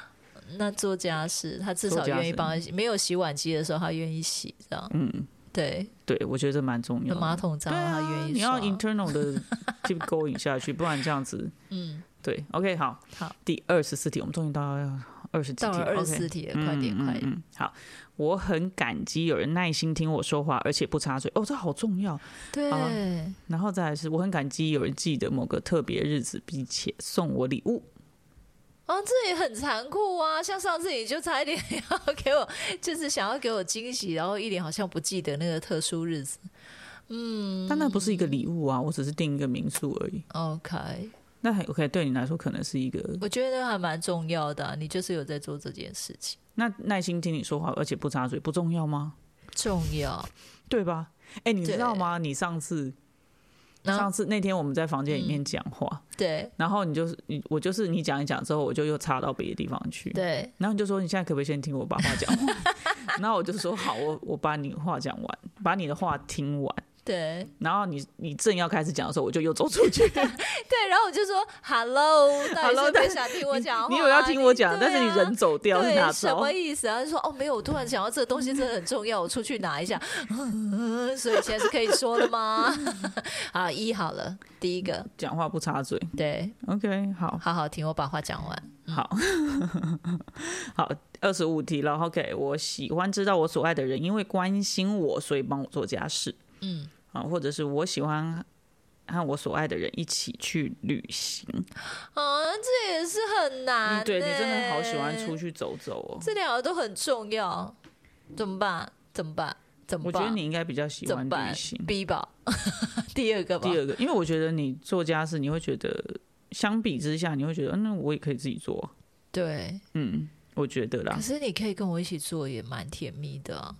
[SPEAKER 2] 那做家事，他至
[SPEAKER 1] 做
[SPEAKER 2] 少
[SPEAKER 1] 家
[SPEAKER 2] 愿意
[SPEAKER 1] 事
[SPEAKER 2] 帮他洗，没有洗碗机的时候，他愿意洗，这样
[SPEAKER 1] 嗯，
[SPEAKER 2] 对。
[SPEAKER 1] 对我觉得这蛮重要
[SPEAKER 2] 那
[SPEAKER 1] 的。
[SPEAKER 2] 马桶脏，
[SPEAKER 1] 对
[SPEAKER 2] 他
[SPEAKER 1] 啊，
[SPEAKER 2] 愿意
[SPEAKER 1] 你要
[SPEAKER 2] 刷。
[SPEAKER 1] internal 的 keep going 下去，不然这样子，
[SPEAKER 2] 嗯，
[SPEAKER 1] 对，OK，好，
[SPEAKER 2] 好，
[SPEAKER 1] 第二十四题，我们终于到二十几
[SPEAKER 2] 到
[SPEAKER 1] 题
[SPEAKER 2] 了
[SPEAKER 1] 了
[SPEAKER 2] 二十
[SPEAKER 1] OK
[SPEAKER 2] 四题了，快点，
[SPEAKER 1] 嗯
[SPEAKER 2] 快点。
[SPEAKER 1] 嗯嗯好，我很感激有人耐心听我说话，而且不插嘴，哦，这好重要。
[SPEAKER 2] 对，
[SPEAKER 1] 好然后再来是我很感激有人记得某个特别日子，并且送我礼物。
[SPEAKER 2] 啊，这也很残酷啊！像上次你就差一点 要给我，就是想要给我惊喜，然后一脸好像不记得那个特殊日子。嗯
[SPEAKER 1] 但那不是一个礼物啊，我只是订一个民宿而已。
[SPEAKER 2] OK，
[SPEAKER 1] 那还 OK，对你来说可能是一个
[SPEAKER 2] 我觉得还蛮重要的啊、你就是有在做这件事情。
[SPEAKER 1] 那耐心听你说话，而且不插嘴，不重要吗？
[SPEAKER 2] 重要。
[SPEAKER 1] 对吧？哎、你知
[SPEAKER 2] 对
[SPEAKER 1] 道吗？你上次
[SPEAKER 2] 然
[SPEAKER 1] 上
[SPEAKER 2] 后
[SPEAKER 1] 次那天我们在房间里面讲话，
[SPEAKER 2] 对
[SPEAKER 1] 然后你就是你，我就是你讲一讲之后，我就又插到别的地方去。
[SPEAKER 2] 对，
[SPEAKER 1] 然后你就说你现在可不可以先听我把话 讲完？然后我就说好，我我把你话讲完，把你的话听完。
[SPEAKER 2] 对
[SPEAKER 1] 然后你你正要开始讲的时候，我就又走出去。
[SPEAKER 2] 对，然后我就说 hello，到
[SPEAKER 1] Hello，
[SPEAKER 2] 底
[SPEAKER 1] 但
[SPEAKER 2] 是不
[SPEAKER 1] 是
[SPEAKER 2] 想听我讲话啊？
[SPEAKER 1] 你有要听我讲，
[SPEAKER 2] 对
[SPEAKER 1] 但是你
[SPEAKER 2] 啊
[SPEAKER 1] 人走掉是哪
[SPEAKER 2] 对什
[SPEAKER 1] 招
[SPEAKER 2] 么？意思啊？就说哦，没有，我突然想到这个东西真的很重要，我出去拿 一下。所以现在是可以说了吗？ 好，一好了，第一个，
[SPEAKER 1] 讲话不插嘴。
[SPEAKER 2] 对，
[SPEAKER 1] OK，好
[SPEAKER 2] 好好听我把话讲完。
[SPEAKER 1] 好好，二十五题了。OK，我喜欢知道我所爱的人因为关心我，所以帮我做家事
[SPEAKER 2] 嗯，
[SPEAKER 1] 啊，或者是我喜欢和我所爱的人一起去旅行。
[SPEAKER 2] 啊，这也是很难、欸
[SPEAKER 1] 嗯，对你真的好喜欢出
[SPEAKER 2] 去，
[SPEAKER 1] 去走走哦。
[SPEAKER 2] 这两个都很重要，怎么办？怎么办？怎么
[SPEAKER 1] 我
[SPEAKER 2] 办？
[SPEAKER 1] 觉得你应该比较喜
[SPEAKER 2] 怎
[SPEAKER 1] 欢
[SPEAKER 2] 么办
[SPEAKER 1] 旅行。
[SPEAKER 2] B 吧， 第二个吧，
[SPEAKER 1] 第二个，因为我觉得你做家事，你会觉得相比之下，你会觉得，嗯那我也可以自己做。
[SPEAKER 2] 对。
[SPEAKER 1] 嗯，我觉得啦
[SPEAKER 2] 可，是你可以跟我一起做，也蛮甜蜜的啊、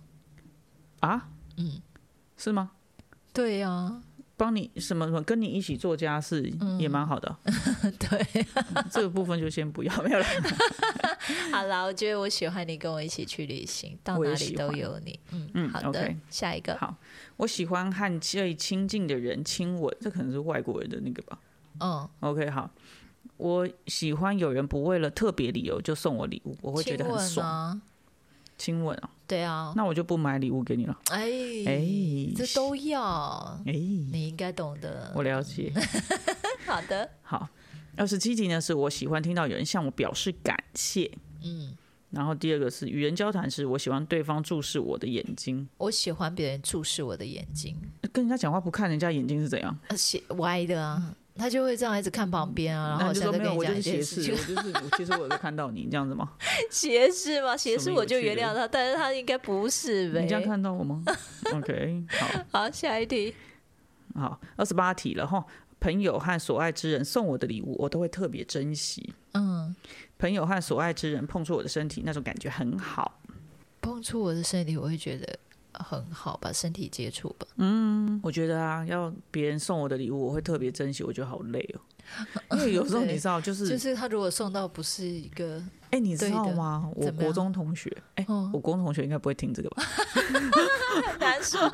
[SPEAKER 1] 啊，
[SPEAKER 2] 嗯，
[SPEAKER 1] 是吗？
[SPEAKER 2] 对啊呀、
[SPEAKER 1] 帮你什么什么，跟你一起做家事也蛮好的。嗯
[SPEAKER 2] 对。
[SPEAKER 1] 这个部分就先不要，没有了。
[SPEAKER 2] 好啦，我觉得我喜欢你跟我一起去旅行，到
[SPEAKER 1] 我也
[SPEAKER 2] 哪里
[SPEAKER 1] 喜
[SPEAKER 2] 都
[SPEAKER 1] 欢
[SPEAKER 2] 有你。嗯
[SPEAKER 1] 嗯
[SPEAKER 2] 好的
[SPEAKER 1] OK
[SPEAKER 2] 下一个，
[SPEAKER 1] 好，我喜欢和最亲近的人亲吻，这可能是外国人的那个吧。
[SPEAKER 2] 嗯，
[SPEAKER 1] OK，好，我喜欢有人不为了特别理由就送我礼物，我会觉得
[SPEAKER 2] 亲
[SPEAKER 1] 很
[SPEAKER 2] 吻
[SPEAKER 1] 爽。
[SPEAKER 2] 啊，
[SPEAKER 1] 亲吻啊，
[SPEAKER 2] 对啊，
[SPEAKER 1] 那我就不买礼物给你了。
[SPEAKER 2] 哎
[SPEAKER 1] 哎、
[SPEAKER 2] 这都要，
[SPEAKER 1] 哎、
[SPEAKER 2] 你应该懂的
[SPEAKER 1] 我。了解。
[SPEAKER 2] 好的，
[SPEAKER 1] 好，二十七题呢是我喜欢听到有人向我表示感谢，
[SPEAKER 2] 嗯，
[SPEAKER 1] 然后第二个是与人交谈时，我喜欢对方注视我的眼睛，
[SPEAKER 2] 我喜欢别人注视我的眼睛，
[SPEAKER 1] 跟人家讲话不看人家眼睛是怎样？
[SPEAKER 2] 呃，斜歪的啊，他就会这样一直看旁边啊，然后
[SPEAKER 1] 后嗯
[SPEAKER 2] 我
[SPEAKER 1] 就说
[SPEAKER 2] 想再
[SPEAKER 1] 没
[SPEAKER 2] 跟
[SPEAKER 1] 有，
[SPEAKER 2] 你
[SPEAKER 1] 我就
[SPEAKER 2] 讲
[SPEAKER 1] 是
[SPEAKER 2] 一
[SPEAKER 1] 斜
[SPEAKER 2] 件
[SPEAKER 1] 视
[SPEAKER 2] 事，情
[SPEAKER 1] 我。就是我，其实我有看到你，你这样子吗？
[SPEAKER 2] 斜视吗？斜
[SPEAKER 1] 什
[SPEAKER 2] 视
[SPEAKER 1] 么
[SPEAKER 2] 我
[SPEAKER 1] 有
[SPEAKER 2] 就
[SPEAKER 1] 趣
[SPEAKER 2] 原
[SPEAKER 1] 的
[SPEAKER 2] 谅他，但是他应该不是呗。
[SPEAKER 1] 你这样看到我 吗？OK，好
[SPEAKER 2] 好，下一题。
[SPEAKER 1] 好，二十八题了哈。朋友和所爱之人送我的礼物，我都会特别珍惜。
[SPEAKER 2] 嗯，
[SPEAKER 1] 朋友和所爱之人碰触我的身体，那种感觉很好。
[SPEAKER 2] 碰触我的身体，我会觉得很好吧，身体接触吧。
[SPEAKER 1] 我觉得啊，要别人送我的礼物，我会特别珍惜。我觉得好累 哦，因为有时候
[SPEAKER 2] 对
[SPEAKER 1] 你知道，就是
[SPEAKER 2] 就是他如果送到不是一个，
[SPEAKER 1] 哎、你知
[SPEAKER 2] 对
[SPEAKER 1] 道
[SPEAKER 2] 的
[SPEAKER 1] 吗？我
[SPEAKER 2] 怎么
[SPEAKER 1] 国
[SPEAKER 2] 样
[SPEAKER 1] 中同学，哎、
[SPEAKER 2] 嗯
[SPEAKER 1] 我国中同学应该不会听这个吧？
[SPEAKER 2] 很难说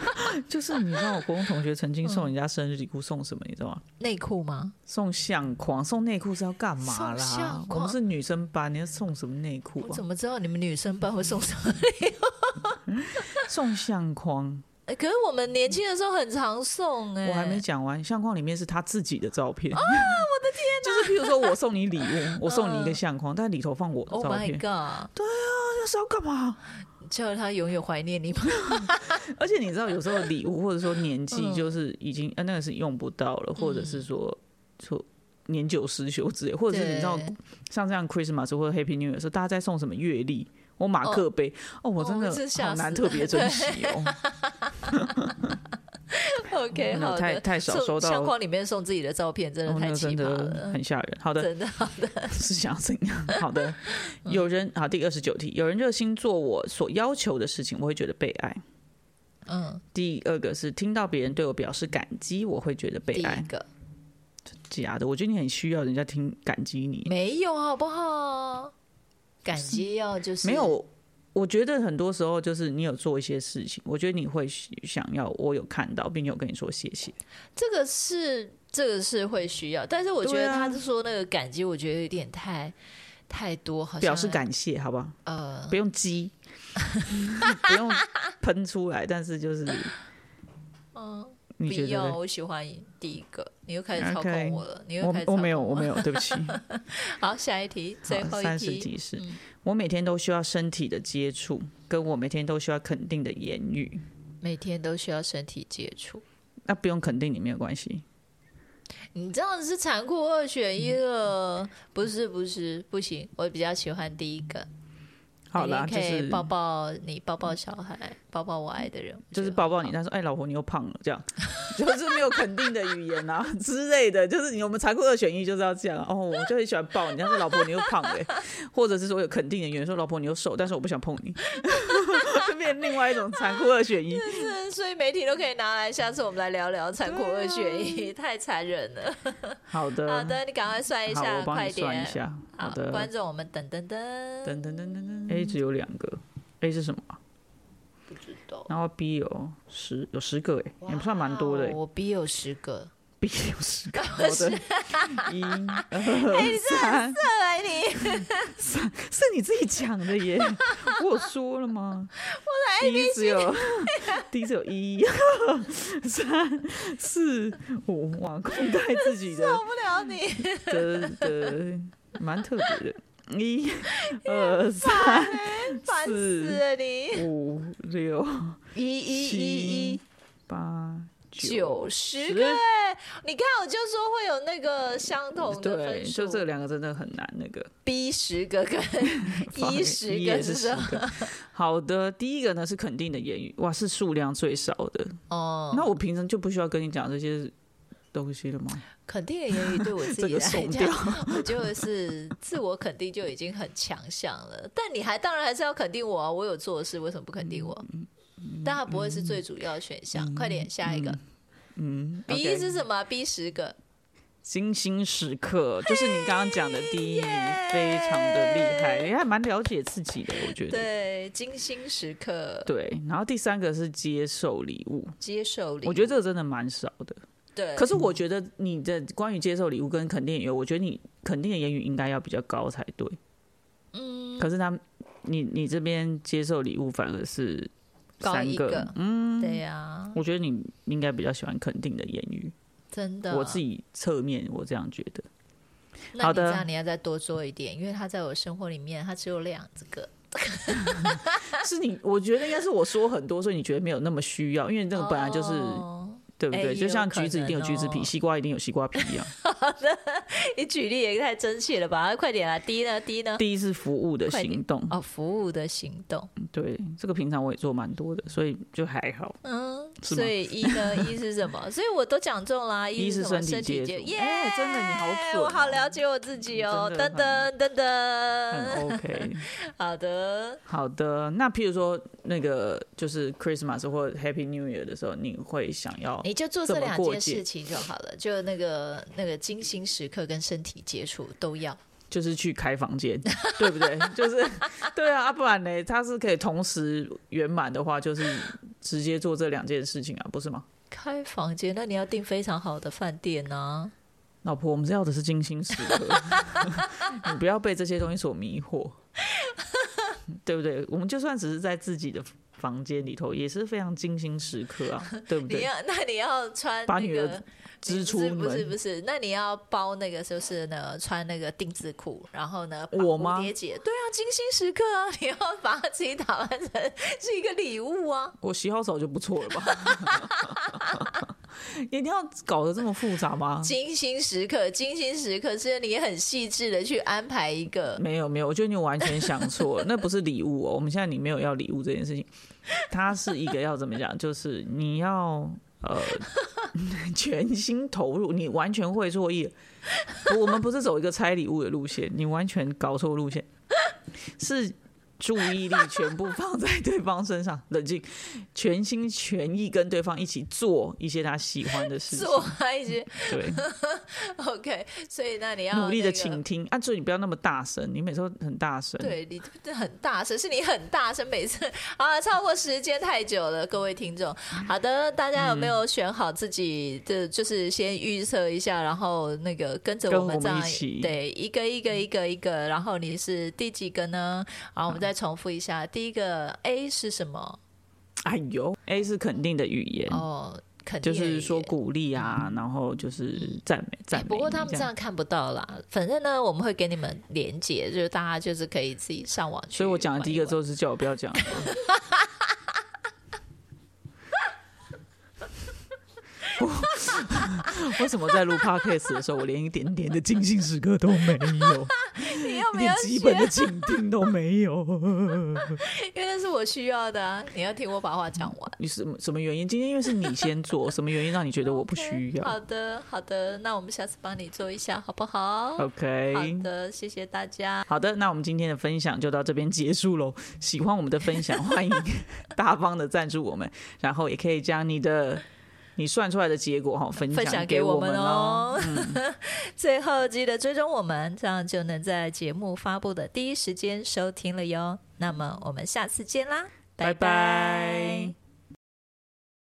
[SPEAKER 1] 就是你知道，我国中同学曾经送人家生日礼物送什么，你知道吗？
[SPEAKER 2] 内裤吗？
[SPEAKER 1] 送相框，送内裤是要干嘛
[SPEAKER 2] 送
[SPEAKER 1] 啦
[SPEAKER 2] 相？
[SPEAKER 1] 我们
[SPEAKER 2] 框
[SPEAKER 1] 是女生班，你要送什么内裤
[SPEAKER 2] 我
[SPEAKER 1] 啊
[SPEAKER 2] 怎？么知道你们女生班会送 什么？
[SPEAKER 1] 送相框，
[SPEAKER 2] 呃可是我们年轻的时候很常送哎、
[SPEAKER 1] 我还没讲完。相框里面是他自己的照片。啊，我的天 就是譬如说我送你礼物，我送你一个相框，但里头放我的
[SPEAKER 2] 嗯 Oh
[SPEAKER 1] 照
[SPEAKER 2] my
[SPEAKER 1] 片，
[SPEAKER 2] god！
[SPEAKER 1] 那是要干嘛？
[SPEAKER 2] 叫他永远怀念你吗？
[SPEAKER 1] 而且你知道，有时候礼物或者说年纪
[SPEAKER 2] 嗯
[SPEAKER 1] 就是已经，呃，那个是用不到了，或者是说说年久失修之类，或者是你知道
[SPEAKER 2] 对
[SPEAKER 1] 像这样 Christmas 或者 Happy New Year 的时候，大家在送什么月历。我马克杯哦我真的
[SPEAKER 2] 哦这吓
[SPEAKER 1] 好难
[SPEAKER 2] 死
[SPEAKER 1] 特别珍惜哦。
[SPEAKER 2] OK，
[SPEAKER 1] 真的
[SPEAKER 2] 好
[SPEAKER 1] 嗯
[SPEAKER 2] 的，
[SPEAKER 1] 太太少
[SPEAKER 2] 送
[SPEAKER 1] 收到
[SPEAKER 2] 相框里面送自己的照片，真
[SPEAKER 1] 然后
[SPEAKER 2] 的
[SPEAKER 1] 那
[SPEAKER 2] 太
[SPEAKER 1] 个真
[SPEAKER 2] 奇葩
[SPEAKER 1] 的
[SPEAKER 2] 了，
[SPEAKER 1] 很吓人。好的，
[SPEAKER 2] 真的好的，
[SPEAKER 1] 是想怎样？好的，
[SPEAKER 2] 嗯
[SPEAKER 1] 有人好，第二十九题，有人热心做我所要求的事情，我会觉得被爱。
[SPEAKER 2] 嗯，
[SPEAKER 1] 第二个是听到别人对我表示感激，我会觉得
[SPEAKER 2] 第
[SPEAKER 1] 被
[SPEAKER 2] 一
[SPEAKER 1] 爱。
[SPEAKER 2] 个
[SPEAKER 1] 假的，我觉得你很需要人家听感激你。
[SPEAKER 2] 没有好不好？感激要就是
[SPEAKER 1] 没有，我觉得很多时候就是你有做一些事情，我觉得你会想要我有看到，并且我跟你说谢谢。
[SPEAKER 2] 这个是这个是会需要，但是我觉
[SPEAKER 1] 对
[SPEAKER 2] 得
[SPEAKER 1] 啊
[SPEAKER 2] 他是说那个感激，我觉得有点太太多，好像
[SPEAKER 1] 表示感谢，好不好？
[SPEAKER 2] 呃
[SPEAKER 1] 不用激，不用喷出来，但是 就是，嗯，你
[SPEAKER 2] 哦不
[SPEAKER 1] 觉得
[SPEAKER 2] 要，
[SPEAKER 1] 呢？
[SPEAKER 2] 我喜欢第一个，你又开始操
[SPEAKER 1] OK
[SPEAKER 2] 控我了你又开始
[SPEAKER 1] 我我没有，
[SPEAKER 2] 操控
[SPEAKER 1] 我没有，对不起。
[SPEAKER 2] 好，下一题， 最后
[SPEAKER 1] 三
[SPEAKER 2] 一
[SPEAKER 1] 十
[SPEAKER 2] 题，嗯
[SPEAKER 1] 题是、我每天都需要身体的接触，跟我每天都需要肯定的言语。
[SPEAKER 2] 每天都需要身体接触，
[SPEAKER 1] 那不用肯定你没有关系，
[SPEAKER 2] 你这样子是残酷
[SPEAKER 1] 嗯
[SPEAKER 2] 二选一了，不是不是不行，我比较喜欢第一个，
[SPEAKER 1] 好啦，就
[SPEAKER 2] 明天可以
[SPEAKER 1] 是
[SPEAKER 2] 抱抱你，抱抱小孩，抱抱我爱的人，
[SPEAKER 1] 就是
[SPEAKER 2] 抱
[SPEAKER 1] 抱抱你，他说：“哎，老婆，你又胖了。”这样 就是没有肯定的语言啊之类的，就是你我们查库二选一就是要这样。哦，我就很喜欢抱你，但是老婆你又胖了欸、或者是说有肯定的语言说：“老婆你又瘦，但是我不想碰你。”就变另外一种残酷二选一。
[SPEAKER 2] 所以媒体都可以拿来，下次我们来聊聊残酷二选一，
[SPEAKER 1] 啊
[SPEAKER 2] 太残忍了。
[SPEAKER 1] 好的，
[SPEAKER 2] 好的，你赶快算一
[SPEAKER 1] 啊好
[SPEAKER 2] 下，
[SPEAKER 1] 我帮
[SPEAKER 2] 快
[SPEAKER 1] 你算
[SPEAKER 2] 点
[SPEAKER 1] 一。下。好
[SPEAKER 2] 好，
[SPEAKER 1] 的，
[SPEAKER 2] 观众，我们等等等
[SPEAKER 1] 噔噔噔噔噔，A 只有两个，A 是什么啊？
[SPEAKER 2] 不知道，
[SPEAKER 1] 然后 B 有十有十个哎、
[SPEAKER 2] 哇
[SPEAKER 1] 也算蛮多的、
[SPEAKER 2] 哦
[SPEAKER 1] 欸、
[SPEAKER 2] 我 B 有十个，
[SPEAKER 1] ，B 有十 个，好的， 一
[SPEAKER 2] 哎
[SPEAKER 1] 二三，
[SPEAKER 2] 再来你，
[SPEAKER 1] 是你自己讲的耶，我有说了吗？我的 A B 只有 D 只有一 二三四五，哇，控带自己 的
[SPEAKER 2] 受不了你，
[SPEAKER 1] 的的蛮特别的， 一二三
[SPEAKER 2] 烦死了你。
[SPEAKER 1] 五六
[SPEAKER 2] 一一一一
[SPEAKER 1] 七八
[SPEAKER 2] 九十个哎，你看我就说会有那个相同
[SPEAKER 1] 对，
[SPEAKER 2] 的分
[SPEAKER 1] 就
[SPEAKER 2] 数，
[SPEAKER 1] 这两个真的很难那个。
[SPEAKER 2] B 十 个跟一十
[SPEAKER 1] 一
[SPEAKER 2] 个
[SPEAKER 1] 也是
[SPEAKER 2] 什么？
[SPEAKER 1] 个。好的，第一个呢是肯定的言语，哇，是数量最少的。
[SPEAKER 2] 哦，
[SPEAKER 1] 那我平常就不需要跟你讲这些东西了吗？
[SPEAKER 2] 肯定的言语对我自
[SPEAKER 1] 这
[SPEAKER 2] 己
[SPEAKER 1] 个
[SPEAKER 2] 来
[SPEAKER 1] 送
[SPEAKER 2] 讲，我就是自我肯定就已经很强项了。但你还当然还是要肯定我啊，我有做的事，为什么不肯定我？但它不会是最主要的选项。快点，下一个
[SPEAKER 1] 嗯
[SPEAKER 2] B
[SPEAKER 1] ，OK
[SPEAKER 2] 是什么？B 十个，
[SPEAKER 1] 精心时刻，就是你刚刚讲的第一名，非常的厉害，也还蛮了解自己的，我觉得。
[SPEAKER 2] 对，精心时刻
[SPEAKER 1] 对，然后第三个是接受礼物，
[SPEAKER 2] 接受礼物，
[SPEAKER 1] 我觉得这个真的蛮少的。
[SPEAKER 2] 对，
[SPEAKER 1] 可是我觉得你的关于接受礼物跟肯定的言语，我觉得你肯定的言语应该要比较高才对。嗯，可是他，你你这边接受礼物反而是
[SPEAKER 2] 高
[SPEAKER 1] 三
[SPEAKER 2] 一
[SPEAKER 1] 个，
[SPEAKER 2] 个
[SPEAKER 1] 嗯，
[SPEAKER 2] 对呀，
[SPEAKER 1] 我觉得你应该比较喜欢肯定的言语。
[SPEAKER 2] 真的，
[SPEAKER 1] 我自己侧面我这样觉得。
[SPEAKER 2] 那
[SPEAKER 1] 好
[SPEAKER 2] 你这
[SPEAKER 1] 的
[SPEAKER 2] 样你要再多做一点，因为他在我生活里面，他只有两个。
[SPEAKER 1] 是你，我觉得应该是我说很多，所以你觉得没有那么需要，因为那个本来就是、
[SPEAKER 2] 哦
[SPEAKER 1] 对不
[SPEAKER 2] 哎
[SPEAKER 1] 对？
[SPEAKER 2] 也
[SPEAKER 1] 就
[SPEAKER 2] 有
[SPEAKER 1] 像
[SPEAKER 2] 可
[SPEAKER 1] 橘子一定有
[SPEAKER 2] 能
[SPEAKER 1] 橘子皮，
[SPEAKER 2] 哦
[SPEAKER 1] 西瓜一定有西瓜皮 一样。
[SPEAKER 2] 你举例也太真切了吧！快点啦，D 呢？D 呢？
[SPEAKER 1] 第一是服务的
[SPEAKER 2] 快点
[SPEAKER 1] 行动，
[SPEAKER 2] 哦，服务的行动，
[SPEAKER 1] 对这个平常我也做蛮多的，所以就还好。
[SPEAKER 2] 嗯，
[SPEAKER 1] 是吗
[SPEAKER 2] 所以一呢，一是 什么？所以我都讲中啦，
[SPEAKER 1] 一
[SPEAKER 2] 是
[SPEAKER 1] 是
[SPEAKER 2] 什么？
[SPEAKER 1] 身
[SPEAKER 2] 身
[SPEAKER 1] 体
[SPEAKER 2] 体
[SPEAKER 1] 接
[SPEAKER 2] 接
[SPEAKER 1] 触
[SPEAKER 2] 耶！
[SPEAKER 1] 哎真的你好准哦
[SPEAKER 2] 我好了解我自己哦，
[SPEAKER 1] 真的
[SPEAKER 2] 噔噔噔
[SPEAKER 1] 很哦
[SPEAKER 2] 噔，
[SPEAKER 1] OK，
[SPEAKER 2] 好的，
[SPEAKER 1] 好的。那譬如说那个就是 Christmas 或 Happy New Year 的时候，你会想要
[SPEAKER 2] 你就做这
[SPEAKER 1] 怎么
[SPEAKER 2] 两
[SPEAKER 1] 过
[SPEAKER 2] 件
[SPEAKER 1] 界
[SPEAKER 2] 事情就好了，就那个那个精心时刻跟身体接触都要。
[SPEAKER 1] 就是去开房间， 对不对？就是对啊，啊不然呢，它是可以同时圆满的话，就是直接做这两件事情啊，不是吗？
[SPEAKER 2] 开房间，那你要订非常好的饭店啊。
[SPEAKER 1] 老婆，我们要的是精心时刻， 你不要被这些东西所迷惑， 对不对？我们就算只是在自己的房间里头，也是非常精心时刻啊，对不
[SPEAKER 2] 你
[SPEAKER 1] 对？
[SPEAKER 2] 要 那你要穿
[SPEAKER 1] 把
[SPEAKER 2] 那
[SPEAKER 1] 女
[SPEAKER 2] 个
[SPEAKER 1] 儿支出
[SPEAKER 2] 不是
[SPEAKER 1] 门
[SPEAKER 2] 不是，那你要包那个就是呢穿那个定制裤，然后呢绑
[SPEAKER 1] 我吗
[SPEAKER 2] 蝴蝶结，对啊，精心时刻啊，你要把自己打扮成是一个礼物啊。
[SPEAKER 1] 我洗好澡就不错了吧？ 一定要搞得这么复杂吗？
[SPEAKER 2] 精心时刻，精心时刻是你很细致的去安排一个，
[SPEAKER 1] 没有没有，我觉得你完全想错了，那不是礼物哦。我们现在你没有要礼物这件事情，它是一个要怎么讲，就是你要呃 全心投入，你完全会错意。不我们不是走一个拆礼物的路线，你完全搞错路线，是注意力全部放在对方身上，冷静，全心全意跟对方一起做一些他喜欢的事情，
[SPEAKER 2] 做啊一些
[SPEAKER 1] 对。
[SPEAKER 2] OK，所以那你要
[SPEAKER 1] 努力
[SPEAKER 2] 那
[SPEAKER 1] 的
[SPEAKER 2] 个
[SPEAKER 1] 倾听，啊，所以你不要那么大声，你每次都很大声。，
[SPEAKER 2] 对你这很大声，是你很大声，每次啊超过时间太久了，各位听众。好的，大家
[SPEAKER 1] 嗯
[SPEAKER 2] 有没有选好自己的？就是先预测一下，然后那个跟着
[SPEAKER 1] 跟
[SPEAKER 2] 我们
[SPEAKER 1] 我
[SPEAKER 2] 这
[SPEAKER 1] 们
[SPEAKER 2] 样
[SPEAKER 1] 一起嗯
[SPEAKER 2] 对一个一个一个一个，然后你是第几个呢？然后我们再重复一下，第一个 A 是什么？
[SPEAKER 1] 哎呦，A 是肯定的语言，
[SPEAKER 2] 哦，肯定
[SPEAKER 1] 嗯就
[SPEAKER 2] 的语
[SPEAKER 1] 是
[SPEAKER 2] 言嗯哎
[SPEAKER 1] 说鼓励啊，然后就是赞美赞美你。
[SPEAKER 2] 不过他们这
[SPEAKER 1] 这样，
[SPEAKER 2] 样看不到啦，反正呢，我们会给你们连接，就是大家就是可以自己上网去玩玩。
[SPEAKER 1] 所以我讲的第一个之后是叫我不要讲。 我为什么在录 podcast 的时候，我连一点点的精心时刻都没有？
[SPEAKER 2] 你要没有
[SPEAKER 1] 连基
[SPEAKER 2] 学
[SPEAKER 1] 本的倾听都没有。
[SPEAKER 2] 因为那是我需要的啊！你要听我把话讲完。
[SPEAKER 1] 你什么什么原因？今天因为是你先做，什么原因让你觉得我不需
[SPEAKER 2] OK，好
[SPEAKER 1] 要
[SPEAKER 2] 的，好的，那我们下次帮你做一下，好不好？
[SPEAKER 1] ？OK，
[SPEAKER 2] 好的，谢谢大家。
[SPEAKER 1] 好的，那我们今天的分享就到这边结束喽。喜欢我们的分享，欢迎大方的赞助我们，然后也可以将你的你算出来的结果哈分
[SPEAKER 2] 分
[SPEAKER 1] 享
[SPEAKER 2] 享给
[SPEAKER 1] 我
[SPEAKER 2] 们
[SPEAKER 1] 哦。
[SPEAKER 2] 哦。 最后记得追踪我们，这样就能在节目发布的第一时间收听了哟。那么我们下次见啦，
[SPEAKER 1] 拜
[SPEAKER 2] 拜
[SPEAKER 1] 拜